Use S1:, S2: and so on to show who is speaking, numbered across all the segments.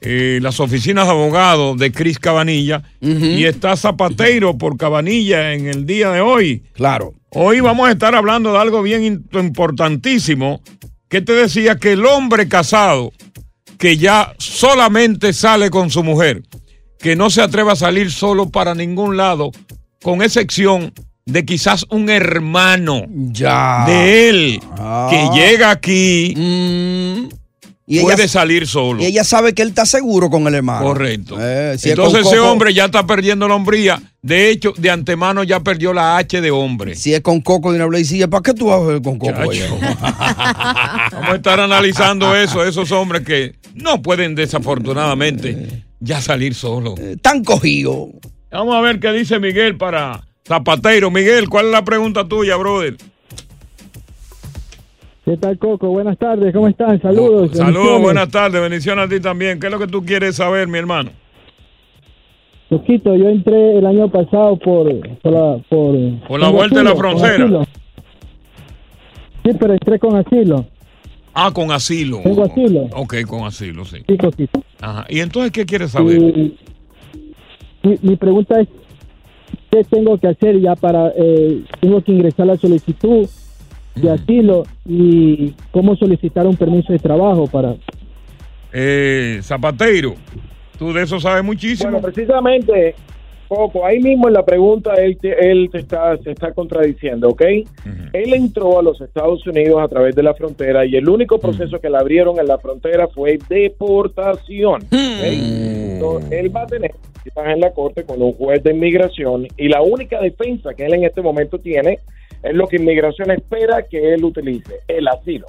S1: eh, las oficinas de abogados de Cris Cabanilla y está Zapateiro por Cabanilla en el día de hoy.
S2: Claro.
S1: Hoy vamos a estar hablando de algo bien in- importantísimo que te decía que el hombre casado que ya solamente sale con su mujer, que no se atreva a salir solo para ningún lado, con excepción de quizás un hermano
S2: Ya.
S1: de él Ah. que llega aquí,
S2: Ah. Mm. Y ella,
S1: puede salir solo.
S2: y ella sabe que él está seguro con el hermano.
S1: Correcto.
S2: Eh, si es
S1: Entonces
S2: con
S1: ese
S2: Coco-
S1: hombre ya está perdiendo la hombría. De hecho, de antemano ya perdió la H de hombre.
S2: Si es con Coco de una Blazilla, ¿para qué tú vas a ver con Coco?
S1: Chacho.
S2: oye?
S1: Ah, Vamos a estar analizando eso, esos hombres que no pueden desafortunadamente ya salir solos.
S2: Eh, Tan cogido.
S1: Vamos a ver qué dice Miguel para Zapatero. Miguel, ¿cuál es la pregunta tuya, brother?
S3: ¿Qué tal, Coco? Buenas tardes, ¿cómo están?
S1: Saludos,
S3: Saludos. bendiciones.
S1: buenas tardes, bendiciones a ti también. ¿Qué es lo que tú quieres saber, mi hermano?
S3: Coquito, yo entré el año pasado por, por la... Por,
S1: Por la
S3: con
S1: vuelta de la
S3: con
S1: frontera.
S3: asilo. Sí, pero entré con asilo.
S1: Ah, con asilo.
S3: Tengo asilo.
S1: Ok, con asilo, sí.
S3: Sí, Eh, Coquito.
S1: Ajá. ¿Y entonces qué quieres saber?
S3: Y- mi, mi pregunta es, ¿qué tengo que hacer ya para... eh, tengo que ingresar la solicitud de asilo y cómo solicitar un permiso de trabajo para...
S1: Eh, Zapatero, tú de eso sabes muchísimo.
S4: Bueno, precisamente, Coco, ahí mismo en la pregunta él, te- él te está, se está contradiciendo, ¿ok? Él entró a los Estados Unidos a través de la frontera y el único proceso que le abrieron en la frontera fue deportación. ¿ok? Entonces, él va a tener citas en la corte con un juez de inmigración y la única defensa que él en este momento tiene es lo que inmigración espera que él utilice, el asilo.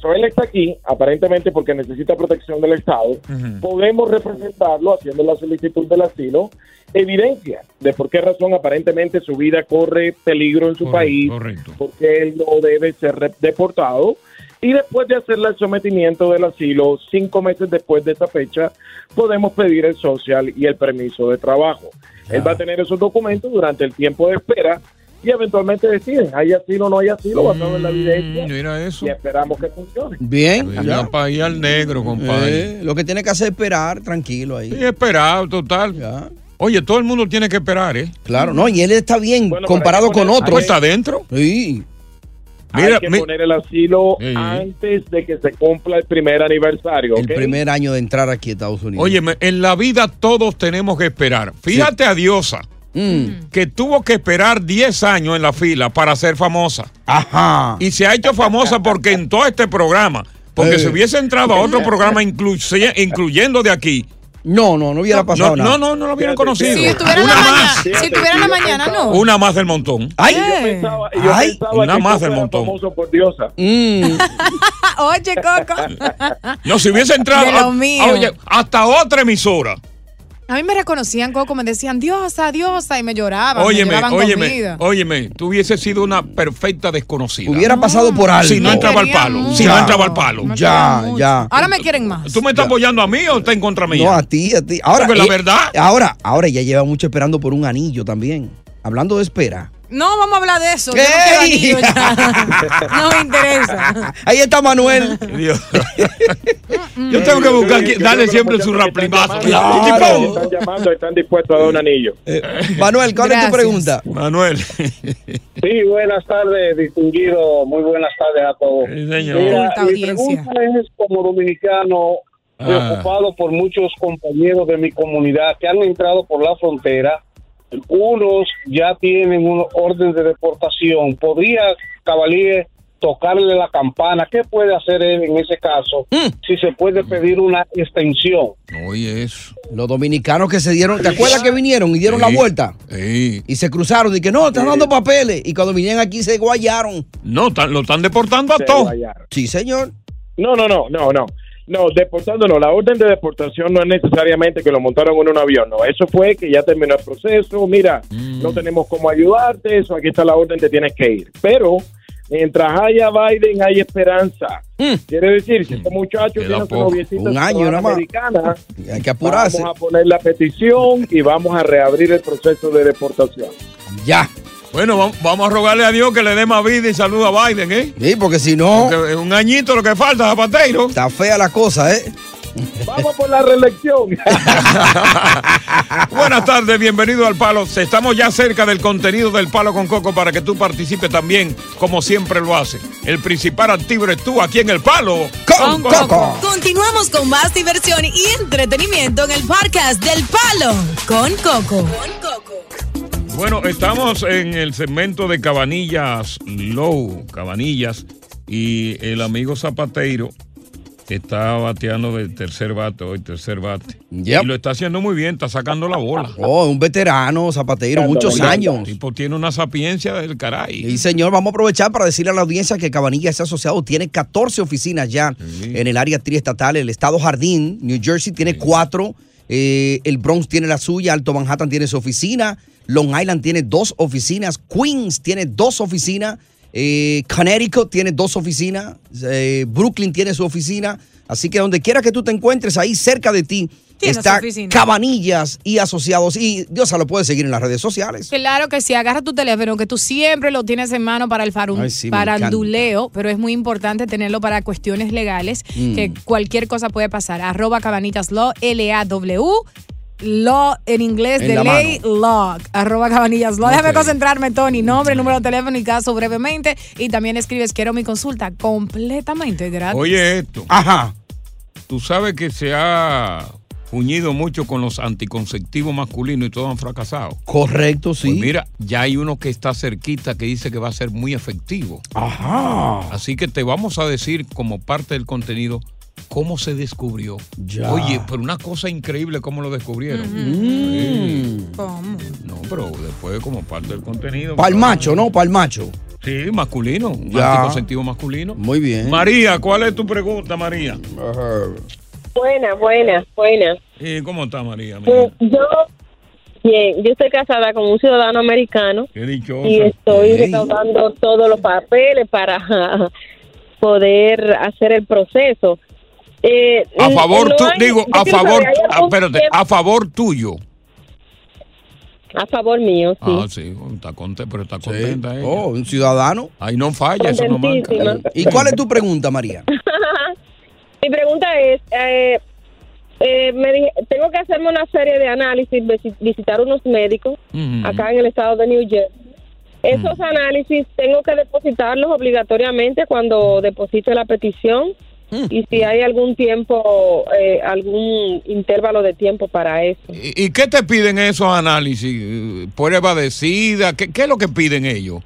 S4: So, él está aquí, aparentemente porque necesita protección del Estado.
S1: Mm.
S4: Podemos representarlo haciendo la solicitud del asilo. Evidencia de por qué razón aparentemente su vida corre peligro en su
S1: Correcto,
S4: país,
S1: correcto.
S4: porque él no debe ser re- deportado. Y después de hacerle el sometimiento del asilo, cinco meses después de esa fecha, podemos pedir el social y el permiso de trabajo. Él
S1: Ah.
S4: va a tener esos documentos durante el tiempo de espera y eventualmente deciden, hay asilo o no hay asilo, basado en la evidencia
S1: Mm, Mira eso.
S4: y esperamos que funcione.
S2: Bien.
S1: Ya para ir al negro, compadre.
S2: Eh, lo que tiene que hacer es esperar, tranquilo ahí.
S1: Sí, esperar, total.
S2: Ya.
S1: Oye, todo el mundo tiene que esperar, ¿eh?
S2: Claro, no, y él está bien
S4: Bueno,
S2: comparado
S4: para que
S2: con
S4: poner-
S2: otro.
S1: Pues está adentro.
S2: Sí.
S1: Mira,
S4: Hay que
S1: mi-
S4: poner el asilo
S1: Sí.
S4: antes de que se cumpla el primer aniversario.
S2: El
S4: ¿ok?
S2: primer año de entrar aquí a Estados Unidos.
S1: Oye, me- en la vida todos tenemos que esperar. Fíjate a Diosa,
S2: Mm.
S1: que tuvo que esperar 10 años en la fila para ser famosa.
S2: Ajá.
S1: Y se ha hecho famosa porque en todo este programa, porque
S2: Eh.
S1: si hubiese entrado a otro programa, incluye- incluyendo de aquí,
S2: No, no, no hubiera pasado
S1: No,
S2: nada.
S1: no, no, no lo hubieran conocido.
S2: Si
S5: estuviera
S1: una
S5: la
S1: más.
S5: mañana- si estuviera la mañana, no.
S1: Una más del montón.
S2: Ay,
S5: yo
S4: pensaba, yo
S1: Ay.
S4: pensaba
S1: una
S4: que
S1: más
S4: tú
S1: del
S4: eras
S1: montón. Mm.
S4: famoso por diosa.
S5: Oye, Coco.
S1: No, si hubiese entrado
S5: De lo
S1: a-
S5: mío.
S1: a- oye, hasta otra emisora.
S5: A mí me reconocían, Coco, me decían diosa, diosa, y me lloraban. Ah, me
S1: óyeme,
S5: llevaban
S1: óyeme,
S5: comida.
S1: óyeme, tú hubiese sido una perfecta desconocida.
S2: Hubiera pasado por algo.
S1: Si no entraba al palo, si no
S2: Ya,
S1: entraba al palo.
S2: Ya, ya.
S5: Ahora me quieren más.
S1: ¿Tú me estás apoyando a mí o estás en contra mía?
S2: No, a ti, a ti. Ahora,
S1: Porque la
S2: eh,
S1: verdad-
S2: Ahora, ahora ya lleva mucho esperando por un anillo también. Hablando de espera.
S5: No, vamos a hablar de eso. yo no quiero
S2: ¡Ey!
S5: anillo ya. No me interesa.
S2: Ahí está Manuel.
S1: Yo tengo que buscar quien- darle siempre su raplimazo.
S2: Claro.
S4: Están llamando, están dispuestos a dar un anillo.
S2: Manuel, ¿cuál es tu pregunta?
S1: Manuel.
S6: Sí, buenas tardes, distinguido. Muy buenas tardes a todos. Mira,
S5: Alta
S6: mi
S5: audiencia.
S6: pregunta es como dominicano preocupado por muchos compañeros de mi comunidad que han entrado por la frontera. Unos ya tienen un orden de deportación. ¿Podría Cavalier tocarle la campana? ¿Qué puede hacer él en ese caso? Si se puede pedir una extensión.
S1: Oye, eso.
S2: Los dominicanos que se dieron, ¿te acuerdas que vinieron y dieron la vuelta? Y se cruzaron y que no, están dando papeles. Y cuando vinieron aquí se guayaron.
S1: No, tan- lo están deportando a
S4: Se
S1: todos.
S4: guayaron.
S2: Sí, señor.
S4: No, no, no, no, no. No, deportando no. La orden de deportación no es necesariamente que lo montaron en un avión, no. Eso fue que ya terminó el proceso. Mira,
S2: Mm.
S4: no tenemos cómo ayudarte, eso aquí está la orden, te tienes que ir. Pero mientras haya Biden, hay esperanza.
S2: Mm.
S4: Quiere decir, si este muchacho tiene su noviecita
S2: Un año nada más.
S4: americana,
S2: Hay que apurarse.
S4: vamos a poner la petición y vamos a reabrir el proceso de deportación.
S2: Ya.
S1: Bueno, vam- vamos a rogarle a Dios que le dé más vida y salud a Biden, ¿eh?
S2: Sí, porque si no.
S1: Porque un añito lo que falta, Zapatero.
S2: Está fea la cosa, ¿eh?
S4: Vamos por la reelección.
S1: Buenas tardes, bienvenido al Palo. Estamos ya cerca del contenido del Palo con Coco para que tú participes también, como siempre lo hace. El principal activo eres tú aquí en el Palo con, Coco.
S7: Continuamos con más diversión y entretenimiento en el podcast del Palo con Coco.
S1: Bueno, estamos en el segmento de Cabanillas Low, Cabanillas, y el amigo Zapateiro está bateando de tercer bate hoy, tercer bate. Y lo está haciendo muy bien, está sacando la bola.
S2: Oh, un veterano, zapatero, muchos años.
S1: tipo tiene una sapiencia del caray.
S2: Y señor, vamos a aprovechar para decirle a la audiencia que Cabanillas Asociado tiene 14 oficinas ya en el área triestatal. El estado Jardín, New Jersey, tiene cuatro. eh, el Bronx tiene la suya. Alto Manhattan tiene su oficina. Long Island tiene dos oficinas. Queens tiene dos oficinas. eh, Connecticut tiene dos oficinas. eh, Brooklyn tiene su oficina. Así que donde quiera que tú te encuentres, ahí cerca de ti
S5: Tiene su
S2: está
S5: oficina.
S2: Cabanillas y Asociados. Y Diosa lo puede seguir en las redes sociales.
S5: Claro que sí, agarra tu teléfono, que tú siempre lo tienes en mano para el farun,
S2: Ay, sí, me
S5: faranduleo, pero es muy importante tenerlo para cuestiones legales,
S2: Mm.
S5: que cualquier cosa puede pasar. Arroba cabanitas law, L-A-W, law en inglés
S2: En
S5: de
S2: la
S5: ley, law, arroba cabanillas law. Déjame
S2: Ok.
S5: concentrarme, Tony, nombre, número de teléfono y caso brevemente, y también escribes, quiero mi consulta completamente gratis.
S1: Oye esto.
S2: Ajá.
S1: Tú sabes que se ha unido mucho con los anticonceptivos masculinos y todos han fracasado.
S2: Correcto, sí.
S1: Pues mira, ya hay uno que está cerquita que dice que va a ser muy efectivo.
S2: Ajá.
S1: Así que te vamos a decir como parte del contenido cómo se descubrió.
S2: Ya.
S1: Oye, pero una cosa increíble cómo lo descubrieron. Sí.
S2: Mm.
S5: ¿Cómo?
S1: No, pero después como parte del contenido.
S2: Para el macho, ¿no? Para el macho.
S1: Sí, masculino, un
S2: Ya.
S1: anticonceptivo masculino.
S2: Muy bien.
S1: María, ¿cuál es tu pregunta, María?
S8: Buena, buena, buena.
S1: Eh, ¿Cómo está María?
S8: Eh, Yo, bien, yo estoy casada con un ciudadano americano
S1: Qué dichosa.
S8: y estoy
S1: Ey.
S8: recaudando todos los papeles para poder hacer el proceso. Eh,
S1: A favor,
S8: no
S1: tú,
S8: hay-
S1: digo,
S8: yo
S1: a
S8: quiero
S1: favor,
S8: saber, ¿hay
S1: ah,
S8: algún
S1: espérate,
S8: tiempo?
S1: a favor tuyo.
S8: a favor mío, sí.
S1: Ah, sí, está contenta, pero está contenta. ella.
S2: Oh, un ciudadano.
S1: Ahí no falla, eso no manca.
S8: Contentísima.
S2: ¿Y cuál es tu pregunta, María?
S8: Mi pregunta es, eh, eh, me dije- tengo que hacerme una serie de análisis, visi- visitar unos médicos
S1: Ujú.
S8: acá en el estado de New Jersey. Esos análisis tengo que depositarlos obligatoriamente cuando deposite la petición y si hay algún tiempo, eh, algún intervalo de tiempo para eso.
S1: ¿Y, y qué te piden esos análisis? Eh, ¿Prueba de sida? ¿Qué, qué es lo que piden ellos?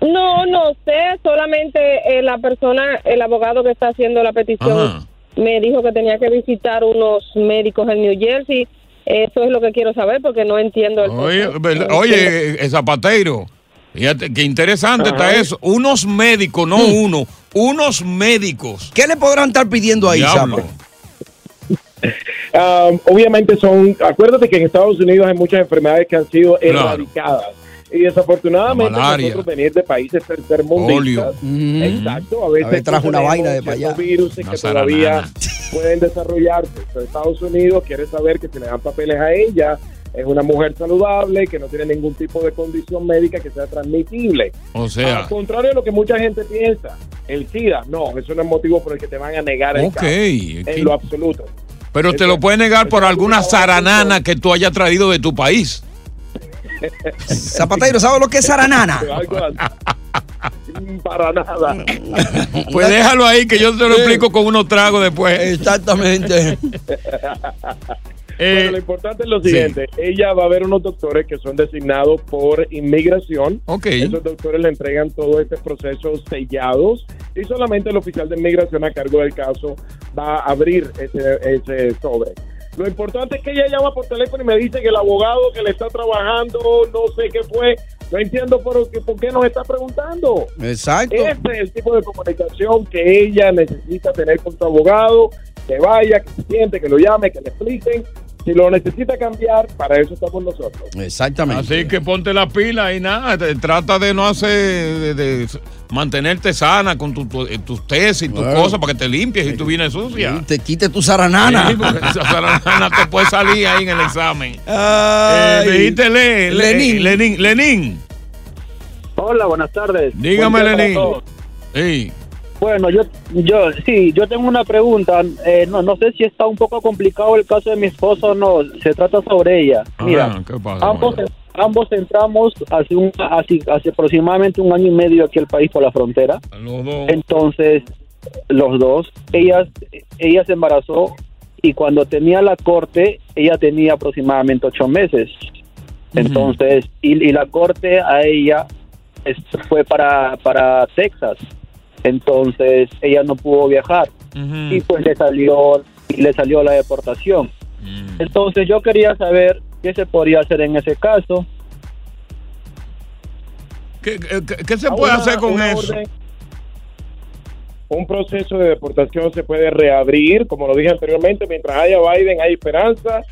S8: No, no sé, solamente eh, la persona, el abogado que está haciendo la petición
S1: Ajá.
S8: me dijo que tenía que visitar unos médicos en New Jersey. Eso es lo que quiero saber porque no entiendo el
S1: Oye,
S8: proceso.
S1: ¿verdad? Oye, eh, Zapateiro, fíjate qué interesante está eso. Unos médicos, no uno, unos médicos.
S2: Hmm. ¿Qué le podrán estar pidiendo
S1: ahí,
S4: Um, obviamente son, acuérdate que en Estados Unidos hay muchas enfermedades que han sido
S1: Claro.
S4: erradicadas. Y desafortunadamente
S1: Malaria.
S4: nosotros venir de países tercermundistas,
S1: Polio. Mm.
S4: exacto, a veces,
S2: A veces trajo una
S4: tenemos
S2: vaina de pa' allá.
S4: ciertos virus que
S2: Una
S4: todavía
S2: zaranana.
S4: pueden desarrollarse. Pero Estados Unidos quiere saber que se le dan papeles a ella, es una mujer saludable, que no tiene ningún tipo de condición médica que sea transmisible.
S1: O sea.
S4: Al contrario de lo que mucha gente piensa, el SIDA, no, eso no es motivo por el que te van a negar el
S1: Ok,
S4: caso,
S1: ok.
S4: en lo absoluto.
S1: Pero te lo puede negar por alguna zaranana que tú hayas traído de tu país.
S2: Zapatero, ¿sabes lo que es zaranana?
S4: Para nada.
S1: Pues déjalo ahí que yo te lo explico con unos tragos después.
S2: Exactamente.
S4: bueno, lo importante es lo
S1: sí.
S4: siguiente. Ella va a ver unos doctores que son designados por inmigración. Esos doctores le entregan todos estos procesos sellados y solamente el oficial de inmigración a cargo del caso va a abrir ese, ese sobre. Lo importante es que ella llama por teléfono y me dice que el abogado que le está trabajando, no sé qué fue, no entiendo por, qué- por qué nos está preguntando.
S2: Exacto.
S4: Este es el tipo de comunicación que ella necesita tener con su abogado, que vaya, que se siente, que lo llame, que le expliquen. Si lo necesita cambiar, para eso estamos nosotros.
S2: Exactamente.
S1: Así que ponte la pila y nada, te- trata de no hacer, de, de mantenerte sana con tu- tu- eh, tus tesis y tus
S2: Claro.
S1: cosas para que te limpies y tú vienes sucia.
S2: Te quite tu zaranana.
S1: Sí, porque esa zaranana te puede salir ahí en el examen.
S2: Ay.
S1: Eh, dijiste Le- Le-
S9: Lenín.
S1: Lenín. Lenín.
S9: Hola, buenas tardes.
S1: Dígame,
S9: Buen día para
S1: Lenín.
S9: todos.
S1: Sí.
S9: Bueno, yo, yo, sí, yo tengo una pregunta. Eh, no, no sé si está un poco complicado el caso de mi esposa o no. Se trata sobre ella. Mira,
S1: Ajá, Ah, ¿qué pasa?
S4: Ah.
S9: ambos, ambos entramos hace, un, hace, hace aproximadamente un año y medio aquí al país por la frontera.
S1: Los dos.
S9: Entonces, los dos, ella, ella se embarazó y cuando tenía la corte, ella tenía aproximadamente ocho meses. Entonces, y, y la corte a ella es- fue para, para Texas. Entonces, ella no pudo viajar y pues le salió, y le salió la deportación. Entonces, yo quería saber qué se podría hacer en ese caso.
S1: ¿Qué, qué- qué se puede
S4: Una-
S1: hacer con
S4: una
S1: eso?
S4: orden- un proceso de deportación se puede reabrir, como lo dije anteriormente, mientras haya Biden hay esperanza.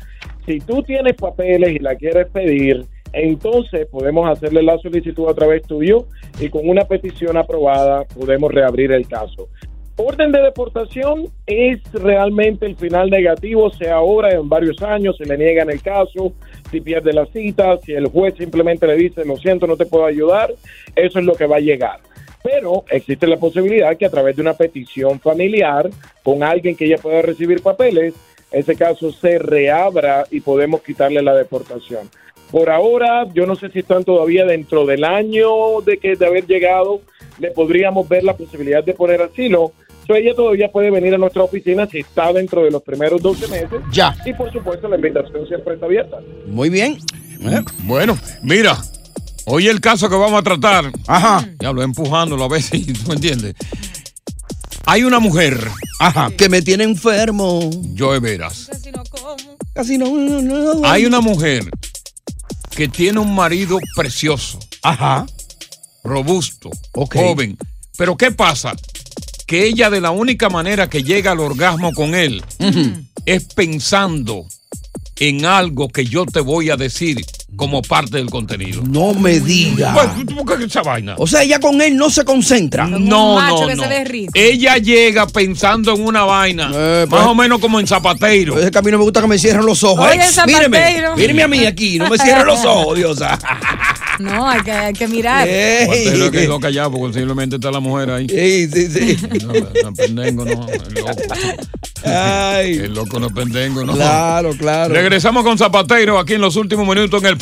S4: Si tú tienes papeles y la quieres pedir, entonces podemos hacerle la solicitud a través tuyo y con una petición aprobada podemos reabrir el caso. Orden de deportación es realmente el final negativo, sea ahora, en varios años, se le niegan el caso, si pierde la cita, si el juez simplemente le dice, lo siento, no te puedo ayudar, eso es lo que va a llegar. Pero existe la posibilidad que a través de una petición familiar con alguien que ya pueda recibir papeles, ese caso se reabra y podemos quitarle la deportación. Por ahora, yo no sé si están todavía dentro del año de que de haber llegado, le podríamos ver la posibilidad de poner asilo. So, ella todavía puede venir a nuestra oficina si está dentro de los primeros 12 meses.
S2: Ya.
S4: Y por supuesto, la invitación siempre está abierta.
S2: Muy bien. ¿Eh?
S1: Bueno, mira, hoy el caso que vamos a tratar.
S2: Ajá.
S1: Ya lo empujándolo a veces, ¿tú me entiendes? Hay una mujer.
S2: Ajá. Que me tiene enfermo.
S1: Joe Veras.
S2: Casi no. no, no, no.
S1: Hay una mujer que tiene un marido precioso.
S2: Ajá.
S1: Robusto. Joven. Pero ¿qué pasa? Que ella de la única manera que llega al orgasmo con él es pensando en algo que yo te voy a decir como parte del contenido.
S2: No me diga.
S1: Pues, ¿tú por qué esa vaina?
S2: O sea, ella con él no se concentra.
S1: No, no, no.
S4: Eh,
S1: Ella llega pensando en una vaina, más o menos como en Zapateiro.
S2: Ese camino me gusta Eh, pues, que me cierren los ojos.
S5: Oye,
S2: Ay,
S5: zapatero.
S2: míreme, míreme a mí aquí, no me cierren los ojos, diosa.
S5: No, hay que, hay que mirar.
S1: Zapatero que quedó callado porque posiblemente está la mujer ahí.
S2: Sí, sí, sí.
S1: No, no, pendengo, no, el loco. El loco no es pendengo, no.
S2: Claro, claro.
S1: Regresamos con Zapateiro aquí en los últimos minutos en el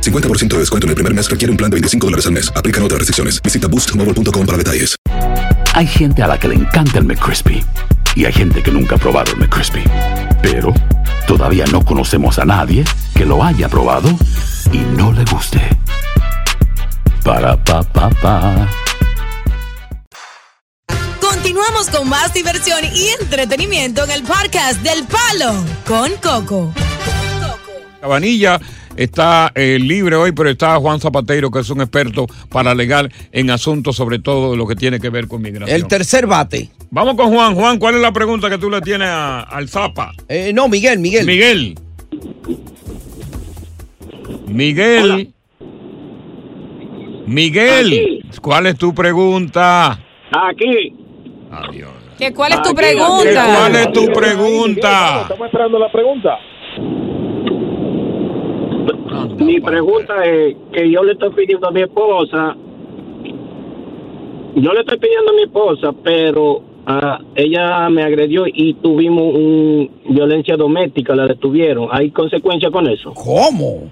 S10: 50% de descuento en el primer mes requiere un plan de 25 dólares al mes. Aplican otras restricciones. Visita boostmobile.com para detalles.
S11: Hay gente a la que le encanta el McCrispy y hay gente que nunca ha probado el McCrispy. Pero todavía no conocemos a nadie que lo haya probado y no le guste. Para pa pa pa.
S7: Continuamos con más diversión y entretenimiento en el podcast del Palo con Coco.
S1: Cabanilla está eh, libre hoy, pero está Juan Zapatero, que es un experto para legal en asuntos, sobre todo de lo que tiene que ver con migración.
S2: El tercer bate.
S1: Vamos con Juan. Juan, ¿cuál es la pregunta que tú le tienes a- al Zapa?
S2: Eh, no, Miguel, Miguel.
S1: Miguel. Miguel. Miguel,
S4: Ah,
S1: ¿cuál es tu pregunta?
S4: Aquí.
S1: Adiós.
S12: ¿Que ¿Cuál
S4: Ah,
S12: es tu
S1: Aquí, aquí,
S12: pregunta?
S1: ¿Cuál es tu pregunta?
S4: Estamos esperando la pregunta.
S1: Ah,
S4: Mi pregunta es que yo le estoy pidiendo a mi esposa, yo le estoy pidiendo a mi esposa, pero ah, ella me agredió y tuvimos un- violencia doméstica, la detuvieron. ¿Hay consecuencias con eso?
S2: ¿Cómo?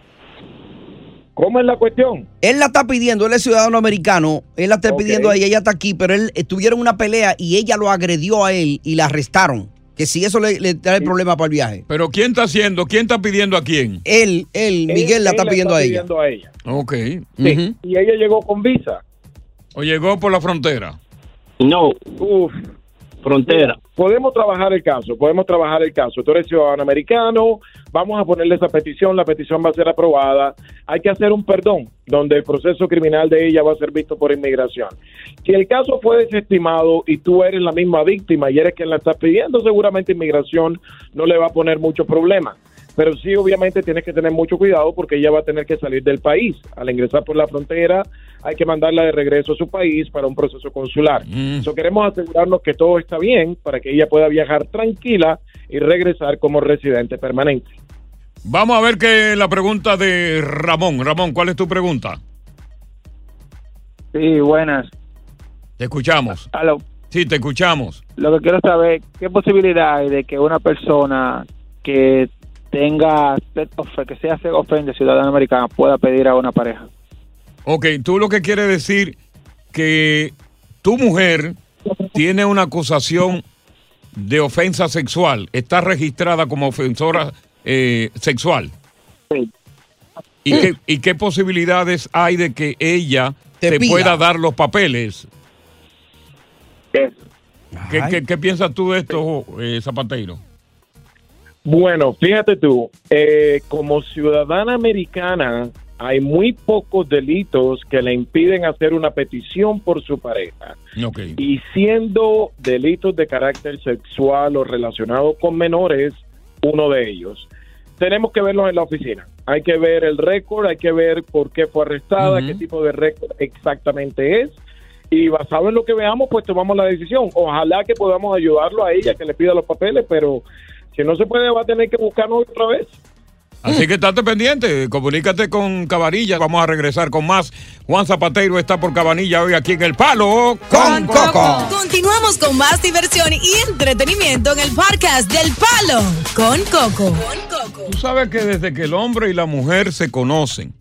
S4: ¿Cómo es la cuestión?
S2: Él la está pidiendo, él es ciudadano americano, él la está pidiendo ahí, ella está aquí, pero él eh, tuvieron una pelea y ella lo agredió a él y la arrestaron. Que si eso le, le trae problema para el viaje.
S1: Pero ¿quién está haciendo? ¿Quién está pidiendo a quién?
S2: Él, él, Miguel la
S4: Él
S2: está pidiendo a ella.
S4: pidiendo a ella.
S1: Ok.
S4: Sí. Y ella llegó con visa.
S1: ¿O llegó por la frontera?
S4: No. Uf. Frontera. Podemos trabajar el caso, podemos trabajar el caso. Tú eres ciudadano americano, vamos a ponerle esa petición, la petición va a ser aprobada. Hay que hacer un perdón, donde el proceso criminal de ella va a ser visto por inmigración. Si el caso fue desestimado y tú eres la misma víctima y eres quien la estás pidiendo, seguramente inmigración no le va a poner mucho problema. Pero sí, obviamente tienes que tener mucho cuidado porque ella va a tener que salir del país. Al ingresar por la frontera, hay que mandarla de regreso a su país para un proceso consular. So, queremos asegurarnos que todo está bien para que ella pueda viajar tranquila y regresar como residente permanente.
S1: Vamos a ver que la pregunta de Ramón. Ramón, ¿cuál es tu pregunta?
S13: Sí, buenas.
S1: Te escuchamos. Sí, te escuchamos.
S13: Lo que quiero saber, ¿qué posibilidad hay de que una persona que tenga, que sea ofende ciudadana americana pueda pedir a una pareja?
S1: Ok, tú lo que quieres decir que tu mujer tiene una acusación de ofensa sexual, está registrada como ofensora eh, sexual. ¿Y, qué, y qué posibilidades hay de que ella
S2: Te
S1: te
S2: pida.
S1: pueda dar los papeles? ¿Qué,
S4: Ay.
S1: qué- qué piensas tú de esto, eh, Zapatero?
S4: Bueno, fíjate tú, eh, como ciudadana americana hay muy pocos delitos que le impiden hacer una petición por su pareja.
S1: Ok.
S4: Y siendo delitos de carácter sexual o relacionado con menores, uno de ellos. Tenemos que verlos en la oficina. Hay que ver el récord, hay que ver por qué fue arrestada, qué tipo de récord exactamente es. Y basado en lo que veamos, pues tomamos la decisión. Ojalá que podamos ayudarlo a ella, que le pida los papeles, pero si no se puede, va a tener que buscarnos otra vez.
S1: Así que estate pendiente, comunícate con Cabanilla. Vamos a regresar con más. Juan Zapatero está por Cabanilla hoy aquí en El Palo con Coco.
S7: Continuamos con más diversión y entretenimiento en el podcast del Palo con Coco.
S1: Tú sabes que desde que el hombre y la mujer se conocen,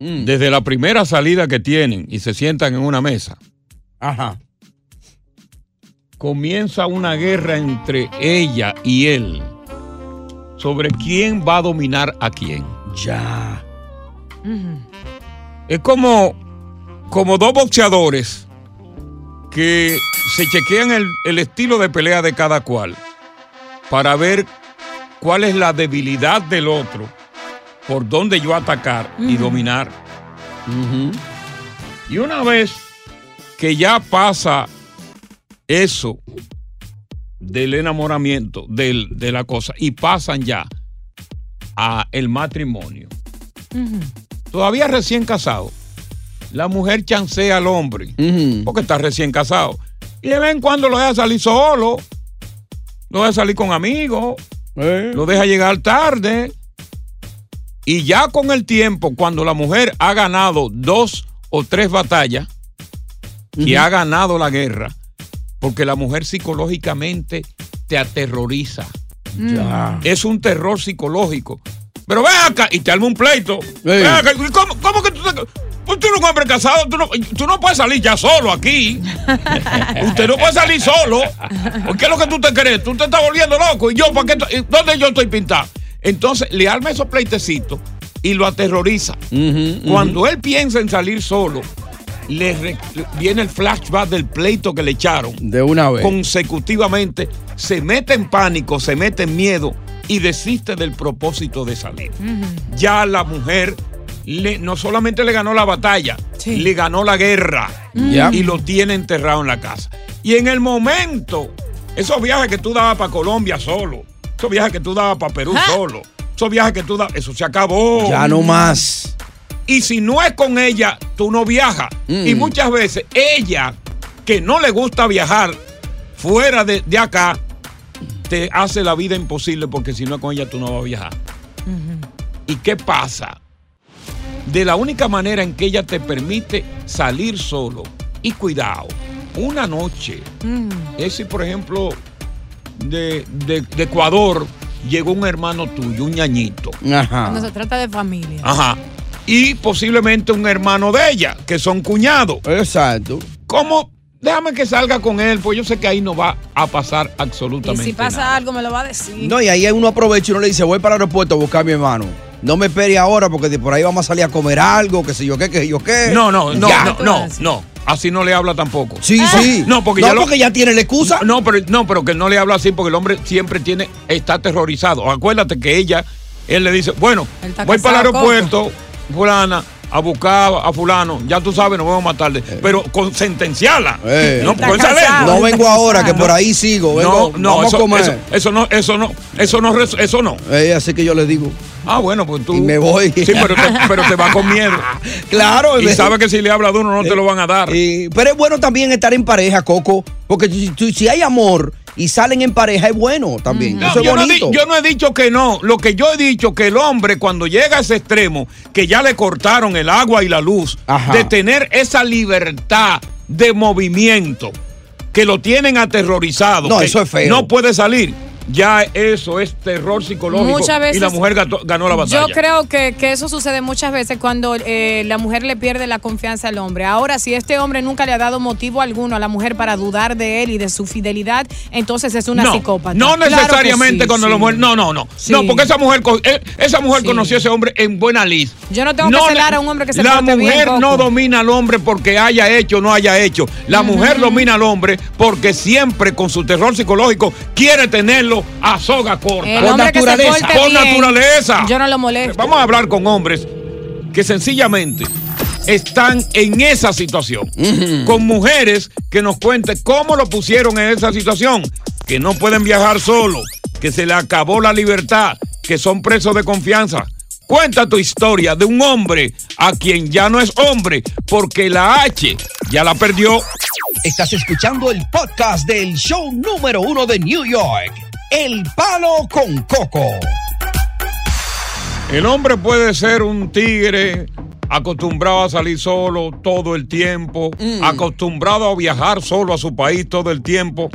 S1: desde la primera salida que tienen y se sientan en una mesa, comienza una guerra entre ella y él sobre quién va a dominar a quién. Ya. Es como, como dos boxeadores que se chequean el, el estilo de pelea de cada cual para ver cuál es la debilidad del otro, por dónde yo atacar y
S14: Ujú.
S1: dominar. Y una vez que ya pasa eso del enamoramiento, del- de la cosa, y pasan ya a el matrimonio, todavía recién casado, la mujer chancea al hombre, porque está recién casado. Y de vez en cuando lo deja salir solo, lo deja salir con amigos, lo deja llegar tarde. Y ya con el tiempo, cuando la mujer ha ganado dos o tres batallas y ha ganado la guerra, porque la mujer psicológicamente te aterroriza. Mm. Es un terror psicológico. Pero ven acá y te arma un pleito. Ven acá, ¿y ¿Cómo, cómo que tú te- pues tú eres un hombre casado, tú no, tú no puedes salir ya solo aquí. Usted no puede salir solo. ¿Por ¿Qué es lo que tú te crees? Tú te estás volviendo loco. ¿Y yo para qué? to- y ¿Dónde yo estoy pintado? Entonces le arma esos pleitecitos y lo aterroriza. Cuando él piensa en salir solo, le re- viene el flashback del pleito que le echaron.
S2: De una vez.
S1: Consecutivamente se mete en pánico, se mete en miedo y desiste del propósito de salir. Ya la mujer le- no solamente le ganó la batalla, le ganó la guerra
S2: Ya.
S1: y lo tiene enterrado en la casa. Y en el momento, esos viajes que tú dabas para Colombia solo, esos viajes que tú dabas para Perú solo, esos viajes que tú dabas, eso se acabó.
S2: Ya no más.
S1: Y si no es con ella, tú no viajas.
S2: Mm.
S1: Y muchas veces ella, que no le gusta viajar fuera de, de acá, te hace la vida imposible porque si no es con ella, tú no vas a viajar. ¿Y qué pasa? De la única manera en que ella te permite salir solo y cuidado, una noche,
S3: Mm.
S1: es si por ejemplo de, de- de Ecuador llegó un hermano tuyo, un ñañito.
S5: Cuando se trata de familia.
S1: Ajá. Y posiblemente un hermano de ella, que son cuñados.
S2: Exacto.
S1: ¿Cómo? Déjame que salga con él, pues yo sé que ahí no va a pasar
S5: Y
S1: absolutamente
S5: si pasa
S1: nada.
S5: algo, me lo va a decir.
S2: No, y ahí uno aprovecha y uno le dice, voy para el aeropuerto a buscar a mi hermano. No me espere ahora porque de por ahí vamos a salir a comer algo, que sé yo qué, que sé yo qué.
S1: No, no, no,
S2: Ya.
S1: no, no, no. Así no le habla tampoco.
S2: Sí,
S5: Ah.
S2: sí.
S1: No, porque,
S2: No,
S1: ya, lo-
S2: porque ya tiene la excusa.
S1: No, pero, no, pero que no le habla así porque el hombre siempre tiene, está aterrorizado. Acuérdate que ella, él le dice, bueno,
S5: Él está
S1: voy para el
S5: casado,
S1: aeropuerto, fulana, a buscar a fulano. Ya tú sabes, nos vemos más tarde. Pero con sentenciarla.
S2: Eh.
S1: No,
S2: Está
S1: con esa
S2: casado,
S1: lengua.
S2: No vengo está ahora, que casado. por ahí sigo, vengo,
S1: no, no,
S2: vamos a
S1: eso,
S2: comer.
S1: Eso, eso no, eso no, eso no, res- eso no.
S2: Eh, así que yo le digo.
S1: Ah, bueno, pues tú.
S2: Y me voy.
S1: Sí, pero te, pero te va con miedo.
S2: Claro,
S1: Y
S2: bebé.
S1: sabe que si le habla de uno no te lo van a dar.
S2: Eh, pero es bueno también estar en pareja, Coco, porque si, si- si hay amor y salen en pareja es bueno también.
S1: No,
S2: Eso es
S1: yo, no he
S2: bonito.
S1: di- yo no he dicho que no. Lo que yo he dicho que el hombre cuando llega a ese extremo, que ya le cortaron el agua y la luz, de tener esa libertad de movimiento, que lo tienen aterrorizado.
S2: No,
S1: que
S2: eso es feo.
S1: No puede salir. Ya eso es terror psicológico.
S5: Muchas veces-
S1: y la mujer gato- ganó la batalla.
S5: Yo creo que, que eso sucede muchas veces cuando eh, la mujer le pierde la confianza al hombre. Ahora, si este hombre nunca le ha dado motivo alguno a la mujer para dudar de él y de su fidelidad, entonces es una
S1: no,
S5: psicópata.
S1: No
S5: Claro que
S1: necesariamente
S5: sí,
S1: cuando
S5: sí.
S1: la mujer. No, no, no.
S5: Sí.
S1: No, porque esa mujer, co- eh, esa mujer conoció a ese hombre en buena lid.
S5: Yo no tengo que celar a un hombre que se
S1: La
S5: porte
S1: mujer
S5: bien, Coco.
S1: no domina al hombre porque haya hecho o no haya hecho. La mujer domina al hombre porque siempre con su terror psicológico quiere tenerlo a soga corta.
S5: El hombre que se porte
S1: Por
S5: bien,
S1: naturaleza.
S5: Yo no lo molesto.
S1: Vamos a hablar con hombres que sencillamente están en esa situación. Con mujeres que nos cuenten cómo lo pusieron en esa situación. Que no pueden viajar solo, que se le acabó la libertad, que son presos de confianza. Cuenta tu historia de un hombre a quien ya no es hombre porque la H ya la perdió.
S15: Estás escuchando el podcast del show número uno de New York, El Palo con Coco.
S1: El hombre puede ser un tigre acostumbrado a salir solo todo el tiempo,
S2: Mm.
S1: acostumbrado a viajar solo a su país todo el tiempo.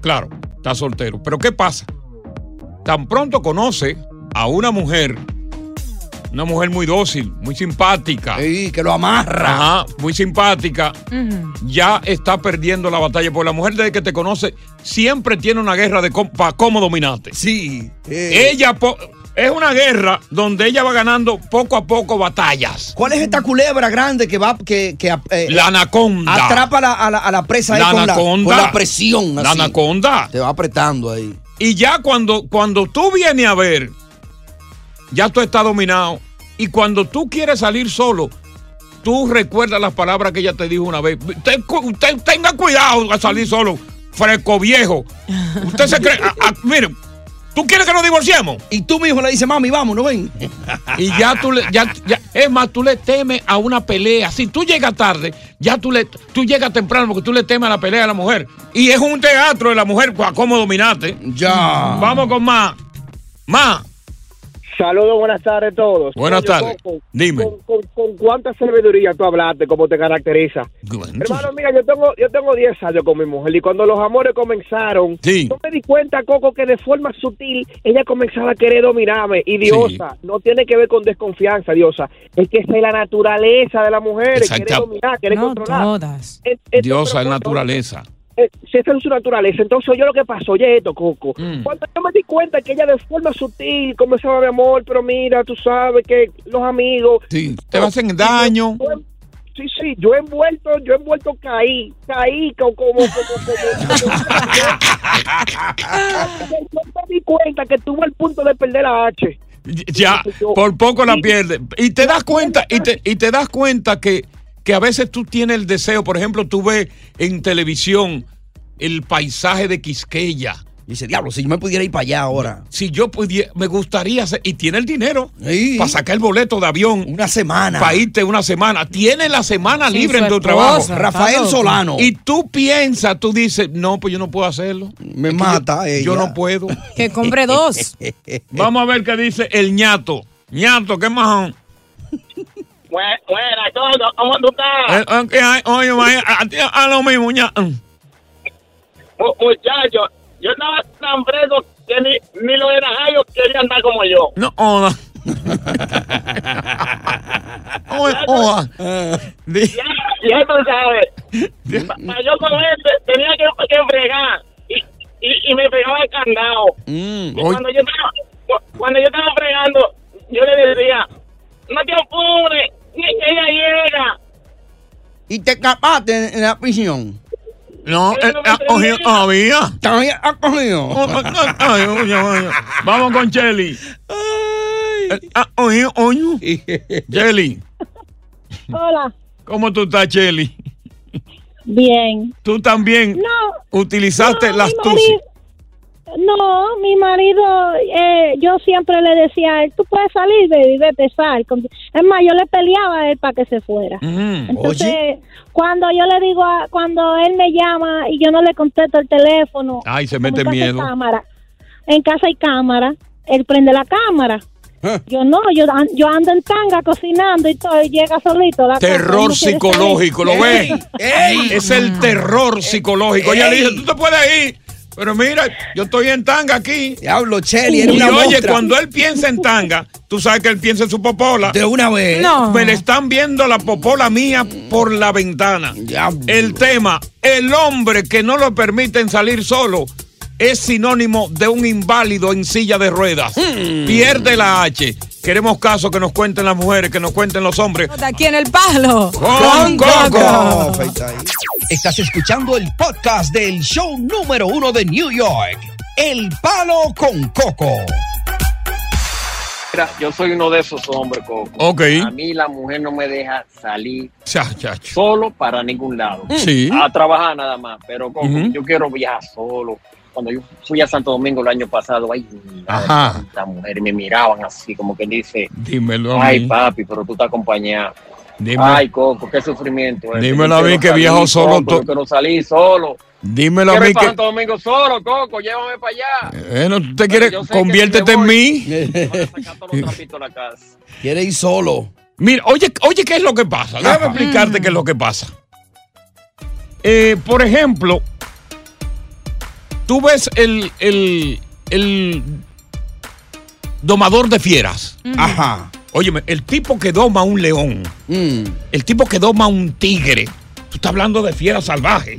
S1: Claro, está soltero. Pero ¿qué pasa? Tan pronto conoce a una mujer, una mujer muy dócil, muy simpática.
S2: que lo amarra.
S1: Ajá, muy simpática. Ya está perdiendo la batalla. Porque la mujer desde que te conoce siempre tiene una guerra de cómo, pa' cómo dominarte.
S2: Sí. eh.
S1: Ella po- es una guerra donde ella va ganando poco a poco batallas.
S2: ¿Cuál es esta culebra grande que va, que, que eh,
S1: La anaconda.
S2: atrapa a la, a la- a la presa ahí
S1: La
S2: con, la, con
S1: anaconda.
S2: la presión?
S1: La anaconda.
S2: Te va apretando ahí.
S1: Y ya cuando, cuando tú vienes a ver, ya tú estás dominado. Y cuando tú quieres salir solo, tú recuerdas las palabras que ella te dijo una vez. Ten cu- usted tenga cuidado a salir solo, fresco viejo. Usted se cree. a- a- mire, ¿tú quieres que nos divorciemos?
S2: Y tú mismo le dices, mami, vamos, no ven.
S1: Y ya tú le. Ya, ya- es más, tú le temes a una pelea. Si tú llegas tarde, ya tú le. Tú llegas temprano porque tú le temes a la pelea de la mujer. Y es un teatro de la mujer, cua- ¿cómo dominarte?
S2: Ya.
S1: Vamos con más. Más.
S13: Saludos, buenas tardes a todos.
S1: Buenas
S13: Oye,
S1: tardes.
S13: Coco,
S1: Dime.
S13: ¿con, con, con cuánta sabiduría tú hablaste? ¿Cómo te caracteriza? Hermano, mira, yo tengo yo tengo 10 años con mi mujer y cuando los amores comenzaron,
S1: Sí.
S13: yo me di cuenta, Coco, que de forma sutil ella comenzaba a querer dominarme. Y Diosa, no tiene que ver con desconfianza, Diosa. Es que esa es la naturaleza de la mujer,
S1: Exacta-
S13: quiere dominar, quiere
S1: No
S13: controlar.
S5: Todas.
S13: Es- es-
S1: Diosa es naturaleza.
S13: eh, si esa es su naturaleza. Entonces, yo lo que pasó, oye esto, Coco. Cuando yo me di cuenta que ella de forma sutil comenzaba mi amor, pero mira, tú sabes que los amigos.
S1: Sí, te hacen daño.
S13: Sí, sí, yo he envuelto, yo he envuelto caí, caí co- como, como, como, como- Yo me di cuenta que estuvo al punto de perder la H.
S1: Ya, por poco la pierde. Y te das cuenta, y te, y te das cuenta que, que a veces tú tienes el deseo, por ejemplo, tú ves en televisión el paisaje de Quisqueya.
S2: Dice, diablo, si yo me pudiera ir para allá ahora.
S1: Si yo pudiera, me gustaría hacer, y tiene el dinero para sacar el boleto de avión.
S2: Una semana.
S1: Para irte una semana. Tiene la semana
S2: Sí,
S1: libre
S2: su
S1: en tu
S2: esposa,
S1: trabajo.
S2: está Rafael loco. Solano.
S1: Y tú piensas, tú dices, no, pues yo no puedo hacerlo.
S2: Me mata
S1: Yo,
S2: ella.
S1: yo no puedo.
S5: Que compre dos.
S1: Vamos a ver qué dice el ñato. ñato, ¿qué más?
S16: Buena, todo, ¿cómo tú estás?
S1: Eh, eh, ¿qué hay? Oye, vaya, a, ti- a lo mismo, ña-
S16: Mu- Muchacho, Oh, yo estaba tan fresco que ni, ni los enajados querían andar como yo.
S1: No, oh, no. Oye, oh, ah. Di-
S16: Ya, ya tú sabes. Pa- pa yo con él te- tenía que, que fregar y, y, y me fregaba el candado.
S1: Mm,
S16: Y
S1: oye,
S16: cuando, yo estaba, cu- cuando yo estaba fregando, yo le decía, no te apures, que ella llega.
S2: Y te escapaste en, en la prisión.
S1: no, eh, ha cogido todavía.
S2: Todavía ha cogido.
S1: Oh, oh, oh, ay, oye, oye. Vamos con Chelly. Eh, ah, oye, oye. Chelly,
S17: Hola,
S1: ¿cómo tú estás, Chelly?
S17: bien.
S1: Tú también utilizaste la astucia.
S17: No, mi marido, eh, yo siempre le decía a él, tú puedes salir, baby, vete, sal. Con- Es más, yo le peleaba a él para que se fuera. Entonces, cuando yo le digo, a- cuando él me llama y yo no le contesto el teléfono,
S1: Ay, se
S17: como en
S1: mete
S17: casa hay
S1: miedo.
S17: cámara, en casa hay cámara, él prende la cámara. Yo no, yo, an- yo ando en tanga cocinando y todo, y llega solito. la cosa, él
S1: Terror
S17: no quiere
S1: psicológico, ¿lo ves?
S17: salir.
S1: Es el terror psicológico. Ella le dice,
S2: Ey.
S1: tú te puedes ir, pero mira, yo estoy en tanga aquí.
S2: Diablo, Cheli, era
S1: Y
S2: una
S1: oye,
S2: mostra.
S1: cuando él piensa en tanga, tú sabes que él piensa en su popola.
S2: De una vez. No.
S1: Me le están viendo la popola mía por la ventana. El tema, el hombre que no lo permiten salir solo es sinónimo de un inválido en silla de ruedas.
S2: Hmm.
S1: Pierde la H. Queremos casos que nos cuenten las mujeres, que nos cuenten los hombres.
S5: Está Aquí en el palo.
S1: Con Coco.
S15: Estás escuchando el podcast del show número uno de New York, El Palo con Coco.
S18: Mira, yo soy uno de esos hombres, Coco.
S1: Ok.
S18: A mí la mujer no me deja salir
S1: Ya, ya, ya.
S18: solo para ningún lado.
S1: Mm. Sí.
S18: A trabajar nada más. Pero, Coco,
S1: Ujú.
S18: yo quiero viajar solo. Cuando yo fui a Santo Domingo el año pasado, ay,
S1: Ajá.
S18: las mujeres me miraban así, como que dice,
S1: Dímelo a
S18: ay,
S1: mí.
S18: papi, pero tú estás acompañado.
S1: Dímelo.
S18: Ay, Coco, qué sufrimiento. ese.
S1: Dímelo a
S18: Yo
S1: mí
S18: quiero
S1: que
S18: salir,
S1: viajo solo
S18: Coco,
S1: to-
S18: Yo quiero salir solo.
S1: Dímelo a
S18: Quiero
S1: mí
S18: ir para
S1: que...
S18: Santo Domingo solo, Coco, llévame para allá.
S1: Eh, no, ¿Usted quiere?
S18: yo sé que si me
S1: Conviértete en
S18: voy,
S1: mí. eh.
S18: Pito la casa.
S2: Quiere ir solo.
S1: Mira, oye, oye, ¿qué es lo que pasa? Déjame explicarte qué es lo que pasa. Eh, por ejemplo, tú ves el, el, el domador de fieras.
S2: Ujú. Ajá. Mm.
S1: Óyeme, el tipo que doma un león, el tipo que doma un tigre, tú estás hablando de fieras salvajes.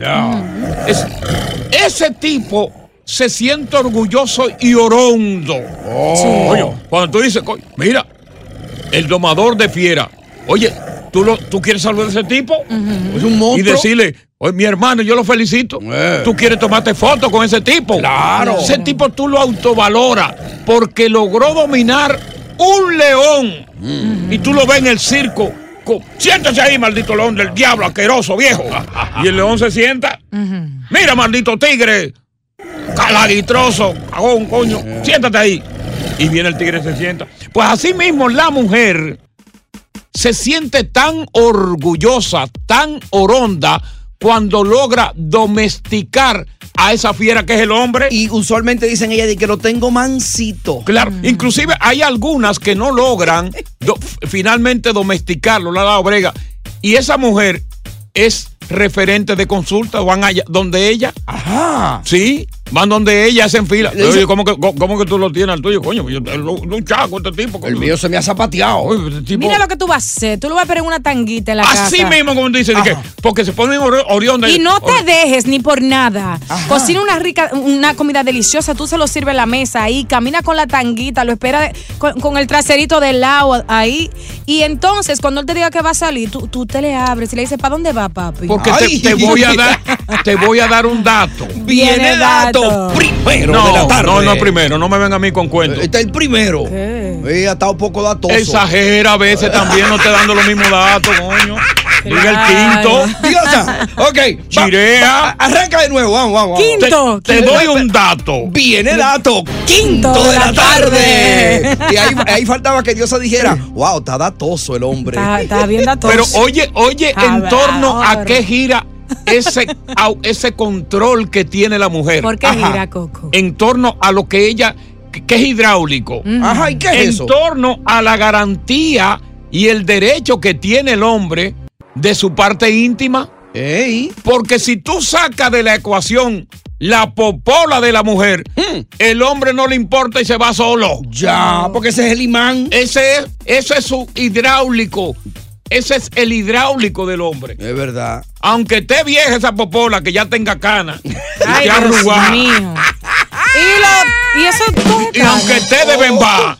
S1: Es- ese tipo se siente orgulloso y orondo. Oye, cuando tú dices, "Co- mira, el domador de fiera. Oye, ¿tú, lo, ¿tú quieres salvar a ese tipo?
S2: Es un monstruo.
S1: Y decirle, oye, mi hermano, yo lo felicito. Tú quieres tomarte foto con ese tipo. Claro. Ese tipo tú lo autovaloras porque logró dominar un león. Y tú lo ves en el circo Co- Siéntese ahí, maldito león del diablo, asqueroso, viejo. Y el león se sienta. Mira, maldito tigre, caladitroso, cagón, coño, siéntate ahí. Y viene el tigre y se sienta. Pues así mismo la mujer se siente tan orgullosa, tan oronda, cuando logra domesticar a esa fiera que es el hombre.
S2: Y usualmente dicen ella de que lo tengo mansito.
S1: Claro, inclusive hay algunas que no logran do- finalmente domesticarlo, la ha dado brega. Y esa mujer es referente de consulta, van allá, donde ella. Ajá. Sí, van donde ella, hacen fila.
S2: Le dice-
S1: Oye, ¿cómo que, cómo- cómo que tú lo tienes al tuyo? Coño, yo, lo- lo- un chaco este tipo. este El mío
S2: se me ha zapateado.
S5: Mira lo que tú vas a hacer. Tú lo vas a poner en una tanguita en la casa.
S1: Así mismo, como dicen, de que- porque se ponen ori- orión de
S5: Y no te
S1: ori-
S5: dejes ni por nada. Cocina una rica, una comida deliciosa, tú se lo sirves en la mesa ahí, camina con la tanguita, lo espera de- con, con el traserito del lado ahí. Y entonces, cuando él te diga que va a salir, tú, tú te le abres y le dices, ¿para dónde va, papi?
S1: Porque te, te voy a dar, te voy a dar un dato.
S5: Viene dato dato.
S2: primero
S1: no,
S2: de la tarde.
S1: No, no, primero, no me ven a mí con cuentos.
S2: Está el primero. Ella está un poco datoso.
S1: Exagera a veces también, no te dando los mismos datos, coño. Diga el quinto.
S2: Diosa, ok. va-
S1: Chirea.
S2: a- Ah, Arranca de nuevo, vamos, vamos. vamos.
S1: Quinto. Te- te doy un dato.
S2: Viene dato. Quinto de la tarde. Y ahí, ahí faltaba que Diosa dijera, wow, está datoso el hombre.
S5: Está, Ah, está bien datoso.
S1: Pero oye, oye,
S5: A
S1: en
S5: ver,
S1: torno a
S5: ahora.
S1: qué gira ese, au- ese control que tiene la mujer.
S5: ¿Por qué gira, Coco?
S1: En torno a lo que ella, que, que es hidráulico.
S5: Ujú. Ajá, ¿y qué es
S1: en
S5: eso?
S1: torno a la garantía y el derecho que tiene el hombre de su parte íntima. Porque si tú sacas de la ecuación la popola de la mujer, el hombre no le importa y se va solo.
S2: Hmm. Ya, porque ese es el imán.
S1: Ese es, ese es su hidráulico. Ese es el hidráulico del hombre.
S2: Es verdad.
S1: Aunque esté vieja esa popola, que ya tenga canas, y
S5: Ay,
S1: esté
S5: Dios
S1: arrugada,
S5: mío. Y, lo- y eso coge
S1: Ah. y
S5: cara.
S1: aunque esté de bembá,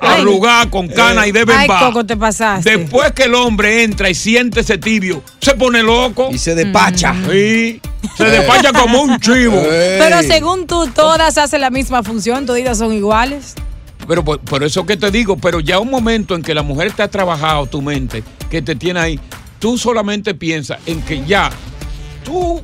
S1: arrugada con canas y de
S5: Ay,
S1: bembá,
S5: Coco, te pasaste.
S1: después que el hombre entra y siente ese tibio, se pone loco. Y
S2: se despacha.
S1: Sí, se despacha como un chivo.
S5: Pero según tú, todas hacen la misma función, todas son iguales.
S1: Pero por, por eso que te digo, pero ya un momento en que la mujer te ha trabajado tu mente, que te tiene ahí, tú solamente piensas en que ya tú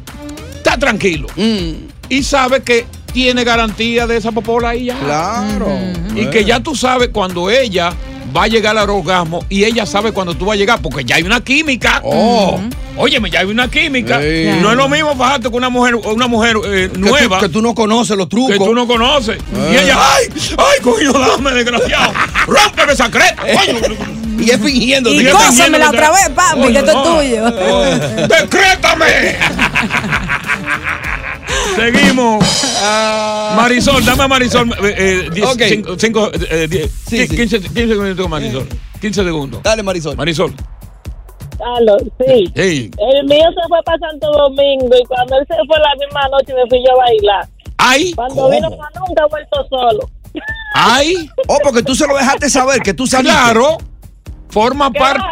S1: estás tranquilo
S2: Mm.
S1: y sabes que tiene garantía de esa popola ahí ya.
S2: Claro.
S1: Y que ya tú sabes cuando ella va a llegar al orgasmo y ella sabe cuando tú vas a llegar, porque ya hay una química.
S2: Oh.
S1: Óyeme, ya hay una química.
S2: Sí.
S1: No es lo mismo bajarte con una mujer, una mujer eh,
S2: Que tú-
S1: nueva.
S2: Que tú no conoces los trucos. Ah.
S1: Que tú no conoces. Y ella, ¡ay! ¡Ay, coño, dame, desgraciado! ¡Rómpeme esa creta!
S2: Eh. Y es fingiendo.
S5: Y cósemela otra vez, papi, que esto es tuyo.
S1: ¡Decrétame! Seguimos.
S2: Ah.
S1: Marisol, dame a Marisol. eh, 5, eh, 15 minutos, Marisol. 15 segundos.
S2: Eh. Dale, Marisol.
S1: Marisol.
S19: Carlos, sí.
S1: Hey.
S19: El mío se fue para Santo Domingo y cuando él se fue la misma noche me fui yo a bailar.
S1: Ay.
S19: Cuando
S2: ¿cómo?
S19: vino para nunca he vuelto solo.
S1: Ay.
S2: Oh, porque tú se lo dejaste saber, que tú saliste.
S1: Claro. Forma
S19: Claro, ah,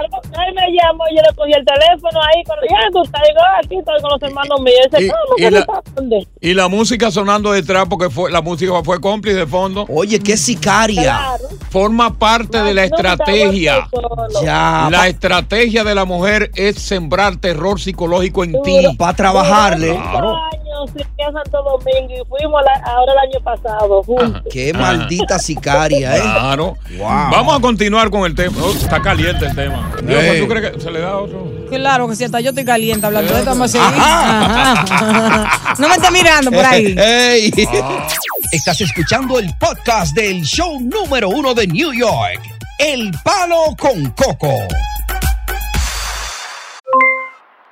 S19: él me llamó y yo le cogí el teléfono ahí. Cuando ya tú estás, digo, "Ah, aquí estoy con los hermanos míos. Y
S1: Y-
S19: dice, ¿cómo
S1: y
S19: que
S1: la-
S19: no estás dónde?
S1: Y la música sonando detrás porque fue, la música fue cómplice de fondo.
S2: Oye, qué sicaria.
S19: Claro.
S1: Forma parte de la
S19: No, no,
S1: estrategia.
S19: está solo.
S2: Ya,
S1: La
S2: pa-
S1: estrategia de la mujer es sembrar terror psicológico en ti.
S2: Para trabajarle.
S1: Claro.
S19: años fui a Santo Domingo y fuimos la- ahora el año pasado juntos.
S2: Qué maldita sicaria, ¿eh?
S1: Claro. Vamos a continuar con el tema. Oh, está caliente el tema. Dios, ¿tú crees que se le da otro?
S5: Claro que sí, hasta yo estoy caliente hablando de esto. Vamos a seguir. Ajá. No me estés mirando por ahí.
S2: Ey.
S15: Estás escuchando el podcast del show número uno de New York, El Palo con Coco.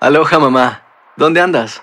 S20: Aloha mamá, ¿dónde andas?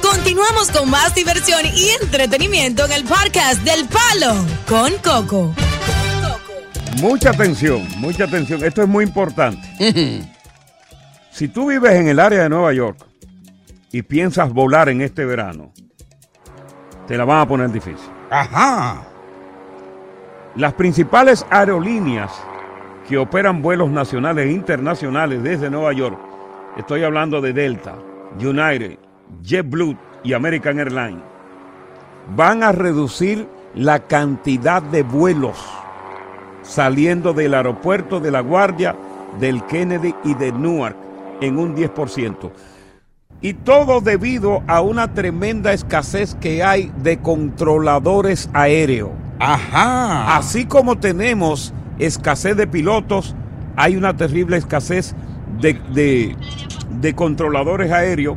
S7: Continuamos con más diversión y entretenimiento en el podcast del Palo con Coco.
S1: Mucha atención, mucha atención. Esto es muy importante. si tú vives en el área de Nueva York y piensas volar en este verano, te la van a poner difícil. Ajá. Las principales aerolíneas que operan vuelos nacionales e internacionales desde Nueva York, estoy hablando de Delta, United, JetBlue y American Airlines, van a reducir la cantidad de vuelos saliendo del aeropuerto de La Guardia, del Kennedy y de Newark en un 10%. Y todo debido a una tremenda escasez que hay de controladores aéreos. Ajá. Así como tenemos escasez de pilotos, hay una terrible escasez de, de- de controladores aéreos,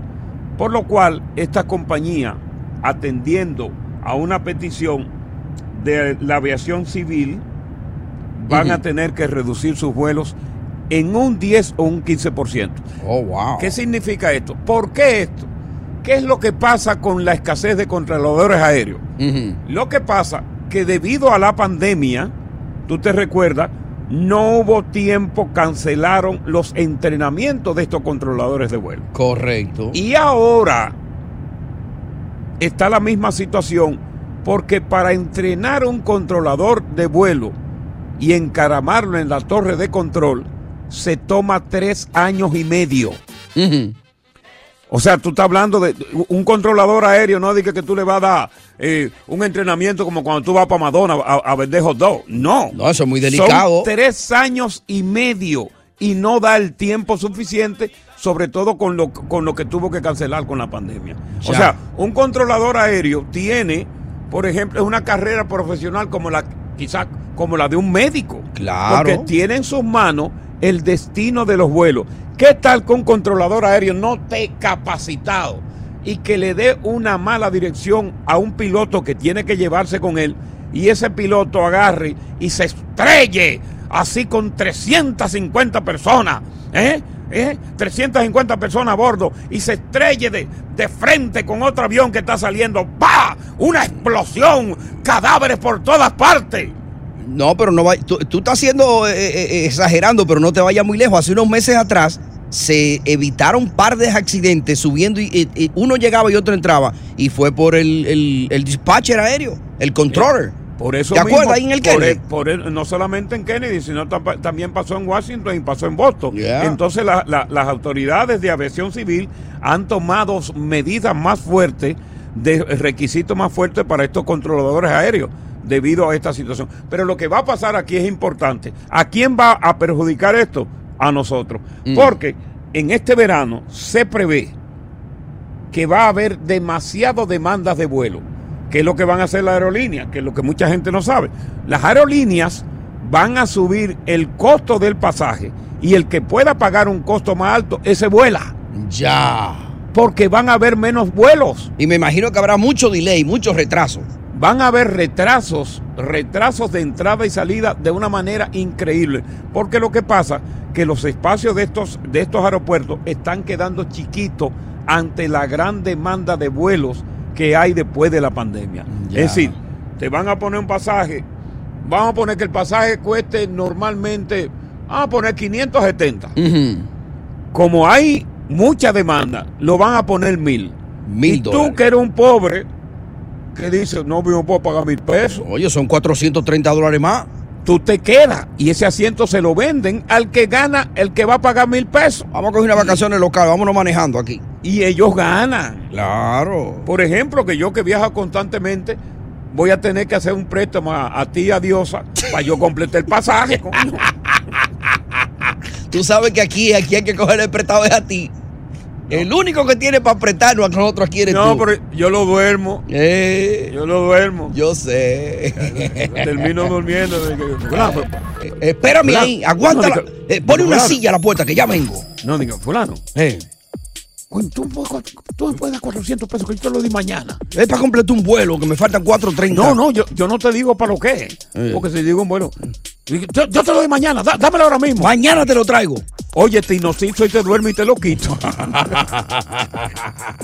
S1: por lo cual esta compañía, atendiendo a una petición de la aviación civil, van a tener que reducir sus vuelos en un 10 o un 15%. Oh, wow. ¿Qué significa esto? ¿Por qué esto? ¿Qué es lo que pasa con la escasez de controladores aéreos? Lo que pasa que debido a la pandemia, tú te recuerdas, no hubo tiempo, cancelaron los entrenamientos de estos controladores de vuelo. Correcto. Y ahora está la misma situación, porque para entrenar un controlador de vuelo y encaramarlo en la torre de control, se toma tres años y medio. O sea, tú estás hablando de un controlador aéreo, no diga que tú le vas a dar eh, un entrenamiento como cuando tú vas para Madonna a, a vender hot dog. No. No, eso es muy
S2: delicado.
S1: tres años y medio y no da el tiempo suficiente, sobre todo con lo, con lo que tuvo que cancelar con la pandemia. O
S2: Ya.
S1: sea, un controlador aéreo tiene, por ejemplo, una carrera profesional como la, quizás como la de un médico.
S2: Claro.
S1: Porque tiene en sus manos el destino de los vuelos. ¿Qué tal con un controlador aéreo no te capacitado y que le dé una mala dirección a un piloto que tiene que llevarse con él y ese piloto agarre y se estrelle así con 350 personas? ¿eh? ¿eh? 350 personas a bordo y se estrelle de, de frente con otro avión que está saliendo. ¡Pah! Una explosión, cadáveres por todas partes.
S2: No, pero no va, tú, tú estás haciendo, eh, eh, eh, exagerando, pero no te vayas muy lejos. Hace unos meses atrás se evitaron un par de accidentes subiendo y, y- y uno llegaba y otro entraba. Y fue por el, el, el dispatcher aéreo, el controller.
S1: Por eso
S2: ¿Te
S1: mismo,
S2: acuerdas ahí en el
S1: por
S2: Kennedy?
S1: e- por e- no solamente en Kennedy, sino tampa- también pasó en Washington y pasó en Boston.
S2: Yeah.
S1: Entonces la- la- las autoridades de aviación civil han tomado medidas más fuertes, de requisitos más fuertes para estos controladores aéreos debido a esta situación. Pero lo que va a pasar aquí es importante. ¿A quién va a perjudicar esto? A nosotros.
S2: Mm.
S1: Porque en este verano se prevé que va a haber demasiado demandas de vuelo. que es lo que van a hacer las aerolíneas? Que es lo que mucha gente no sabe. Las aerolíneas van a subir el costo del pasaje y el que pueda pagar un costo más alto, ese vuela. Ya. Porque van a haber menos vuelos.
S2: Y me imagino que habrá mucho delay, muchos retrasos.
S1: Van a haber retrasos, retrasos de entrada y salida de una manera increíble. Porque lo que pasa que los espacios de estos, de estos aeropuertos están quedando chiquitos ante la gran demanda de vuelos que hay después de la pandemia.
S21: Ya.
S1: Es decir, te van a poner un pasaje, vamos a poner que el pasaje cueste normalmente, vamos a poner 570. Como hay mucha demanda, lo van a poner mil.
S2: Mil
S1: y tú
S2: dólares.
S1: que eres un pobre, que dice, no, yo no puedo pagar mil pesos.
S2: Oye, son 430 dólares más.
S1: Tú te quedas y ese asiento se lo venden al que gana, el que va a pagar mil pesos.
S2: Vamos a coger unas vacaciones locales, vámonos manejando aquí.
S1: Y ellos ganan.
S2: Claro.
S1: Por ejemplo, que yo que viajo constantemente, voy a tener que hacer un préstamo a, a ti, a Diosa, para yo completar el pasaje.
S2: Tú sabes que aquí, aquí hay que coger el prestado es a ti. El único que tiene para apretarnos a nosotros aquí eres
S1: No,
S2: tú. Eh.
S1: pero yo lo duermo. Yo lo duermo.
S2: Yo sé.
S1: Termino durmiendo. Fulano.
S2: Eh, Espérame
S1: Fulano.
S2: ahí, aguántala.
S1: No, diga-
S2: Eh, pone
S1: diga,
S2: una
S1: fulano.
S2: silla a la puerta que ya vengo.
S1: No, diga, fulano.
S2: Eh,
S11: Tú, tú me puedes dar 400 pesos que yo te lo di mañana.
S2: es para completar un vuelo, que me faltan 4.30.
S11: No, no, yo, yo no te digo para lo que es. Porque si digo, bueno, yo, yo te lo doy mañana, dá- dámelo ahora mismo.
S2: Mañana te lo traigo.
S1: Oye, te inocizo y te duermo y te lo quito.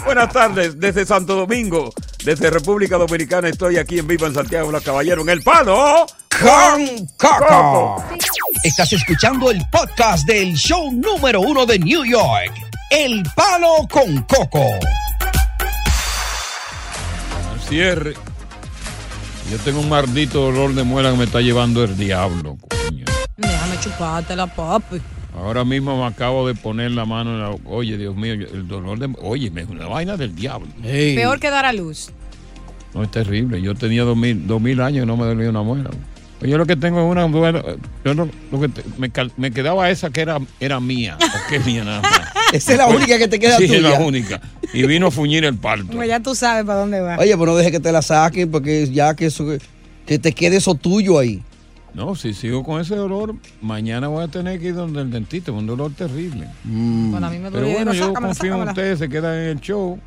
S1: Buenas tardes, desde Santo Domingo, desde República Dominicana, estoy aquí en vivo en Santiago de los Caballeros, en El Palo.
S15: con Coco. Estás escuchando el podcast del show número uno de New York, El Palo con Coco.
S1: Al Cierre. Yo tengo un maldito dolor de muela que me está llevando el diablo.
S7: Déjame chuparte la papi.
S1: Ahora mismo me acabo de poner la mano en la... Oye, Dios mío, yo- el dolor de... Oye, es una vaina del diablo.
S5: Peor que dar a luz.
S1: No, es terrible. Yo tenía dos mil, dos mil años y no me dolía una muela. Pues Yo lo que tengo es una muela. Yo no- lo que te- me, cal- me quedaba esa que era, era mía. o que es mía nada más.
S2: Esa es la única que te queda
S1: sí, es
S2: tuya.
S1: la única. Y vino a fuñir el parto.
S5: Pues ya tú sabes para dónde va.
S2: Oye, pero no dejes que te la saquen, porque ya que eso, que te quede eso tuyo ahí.
S1: No, si sigo con ese dolor, mañana voy a tener que ir donde el dentista. Un dolor terrible.
S2: Mm.
S5: Bueno, a mí me
S1: Pero
S5: duele.
S1: bueno,
S5: no,
S1: yo
S5: sácamela,
S1: confío en
S5: sácamela.
S1: ustedes, se quedan en el show.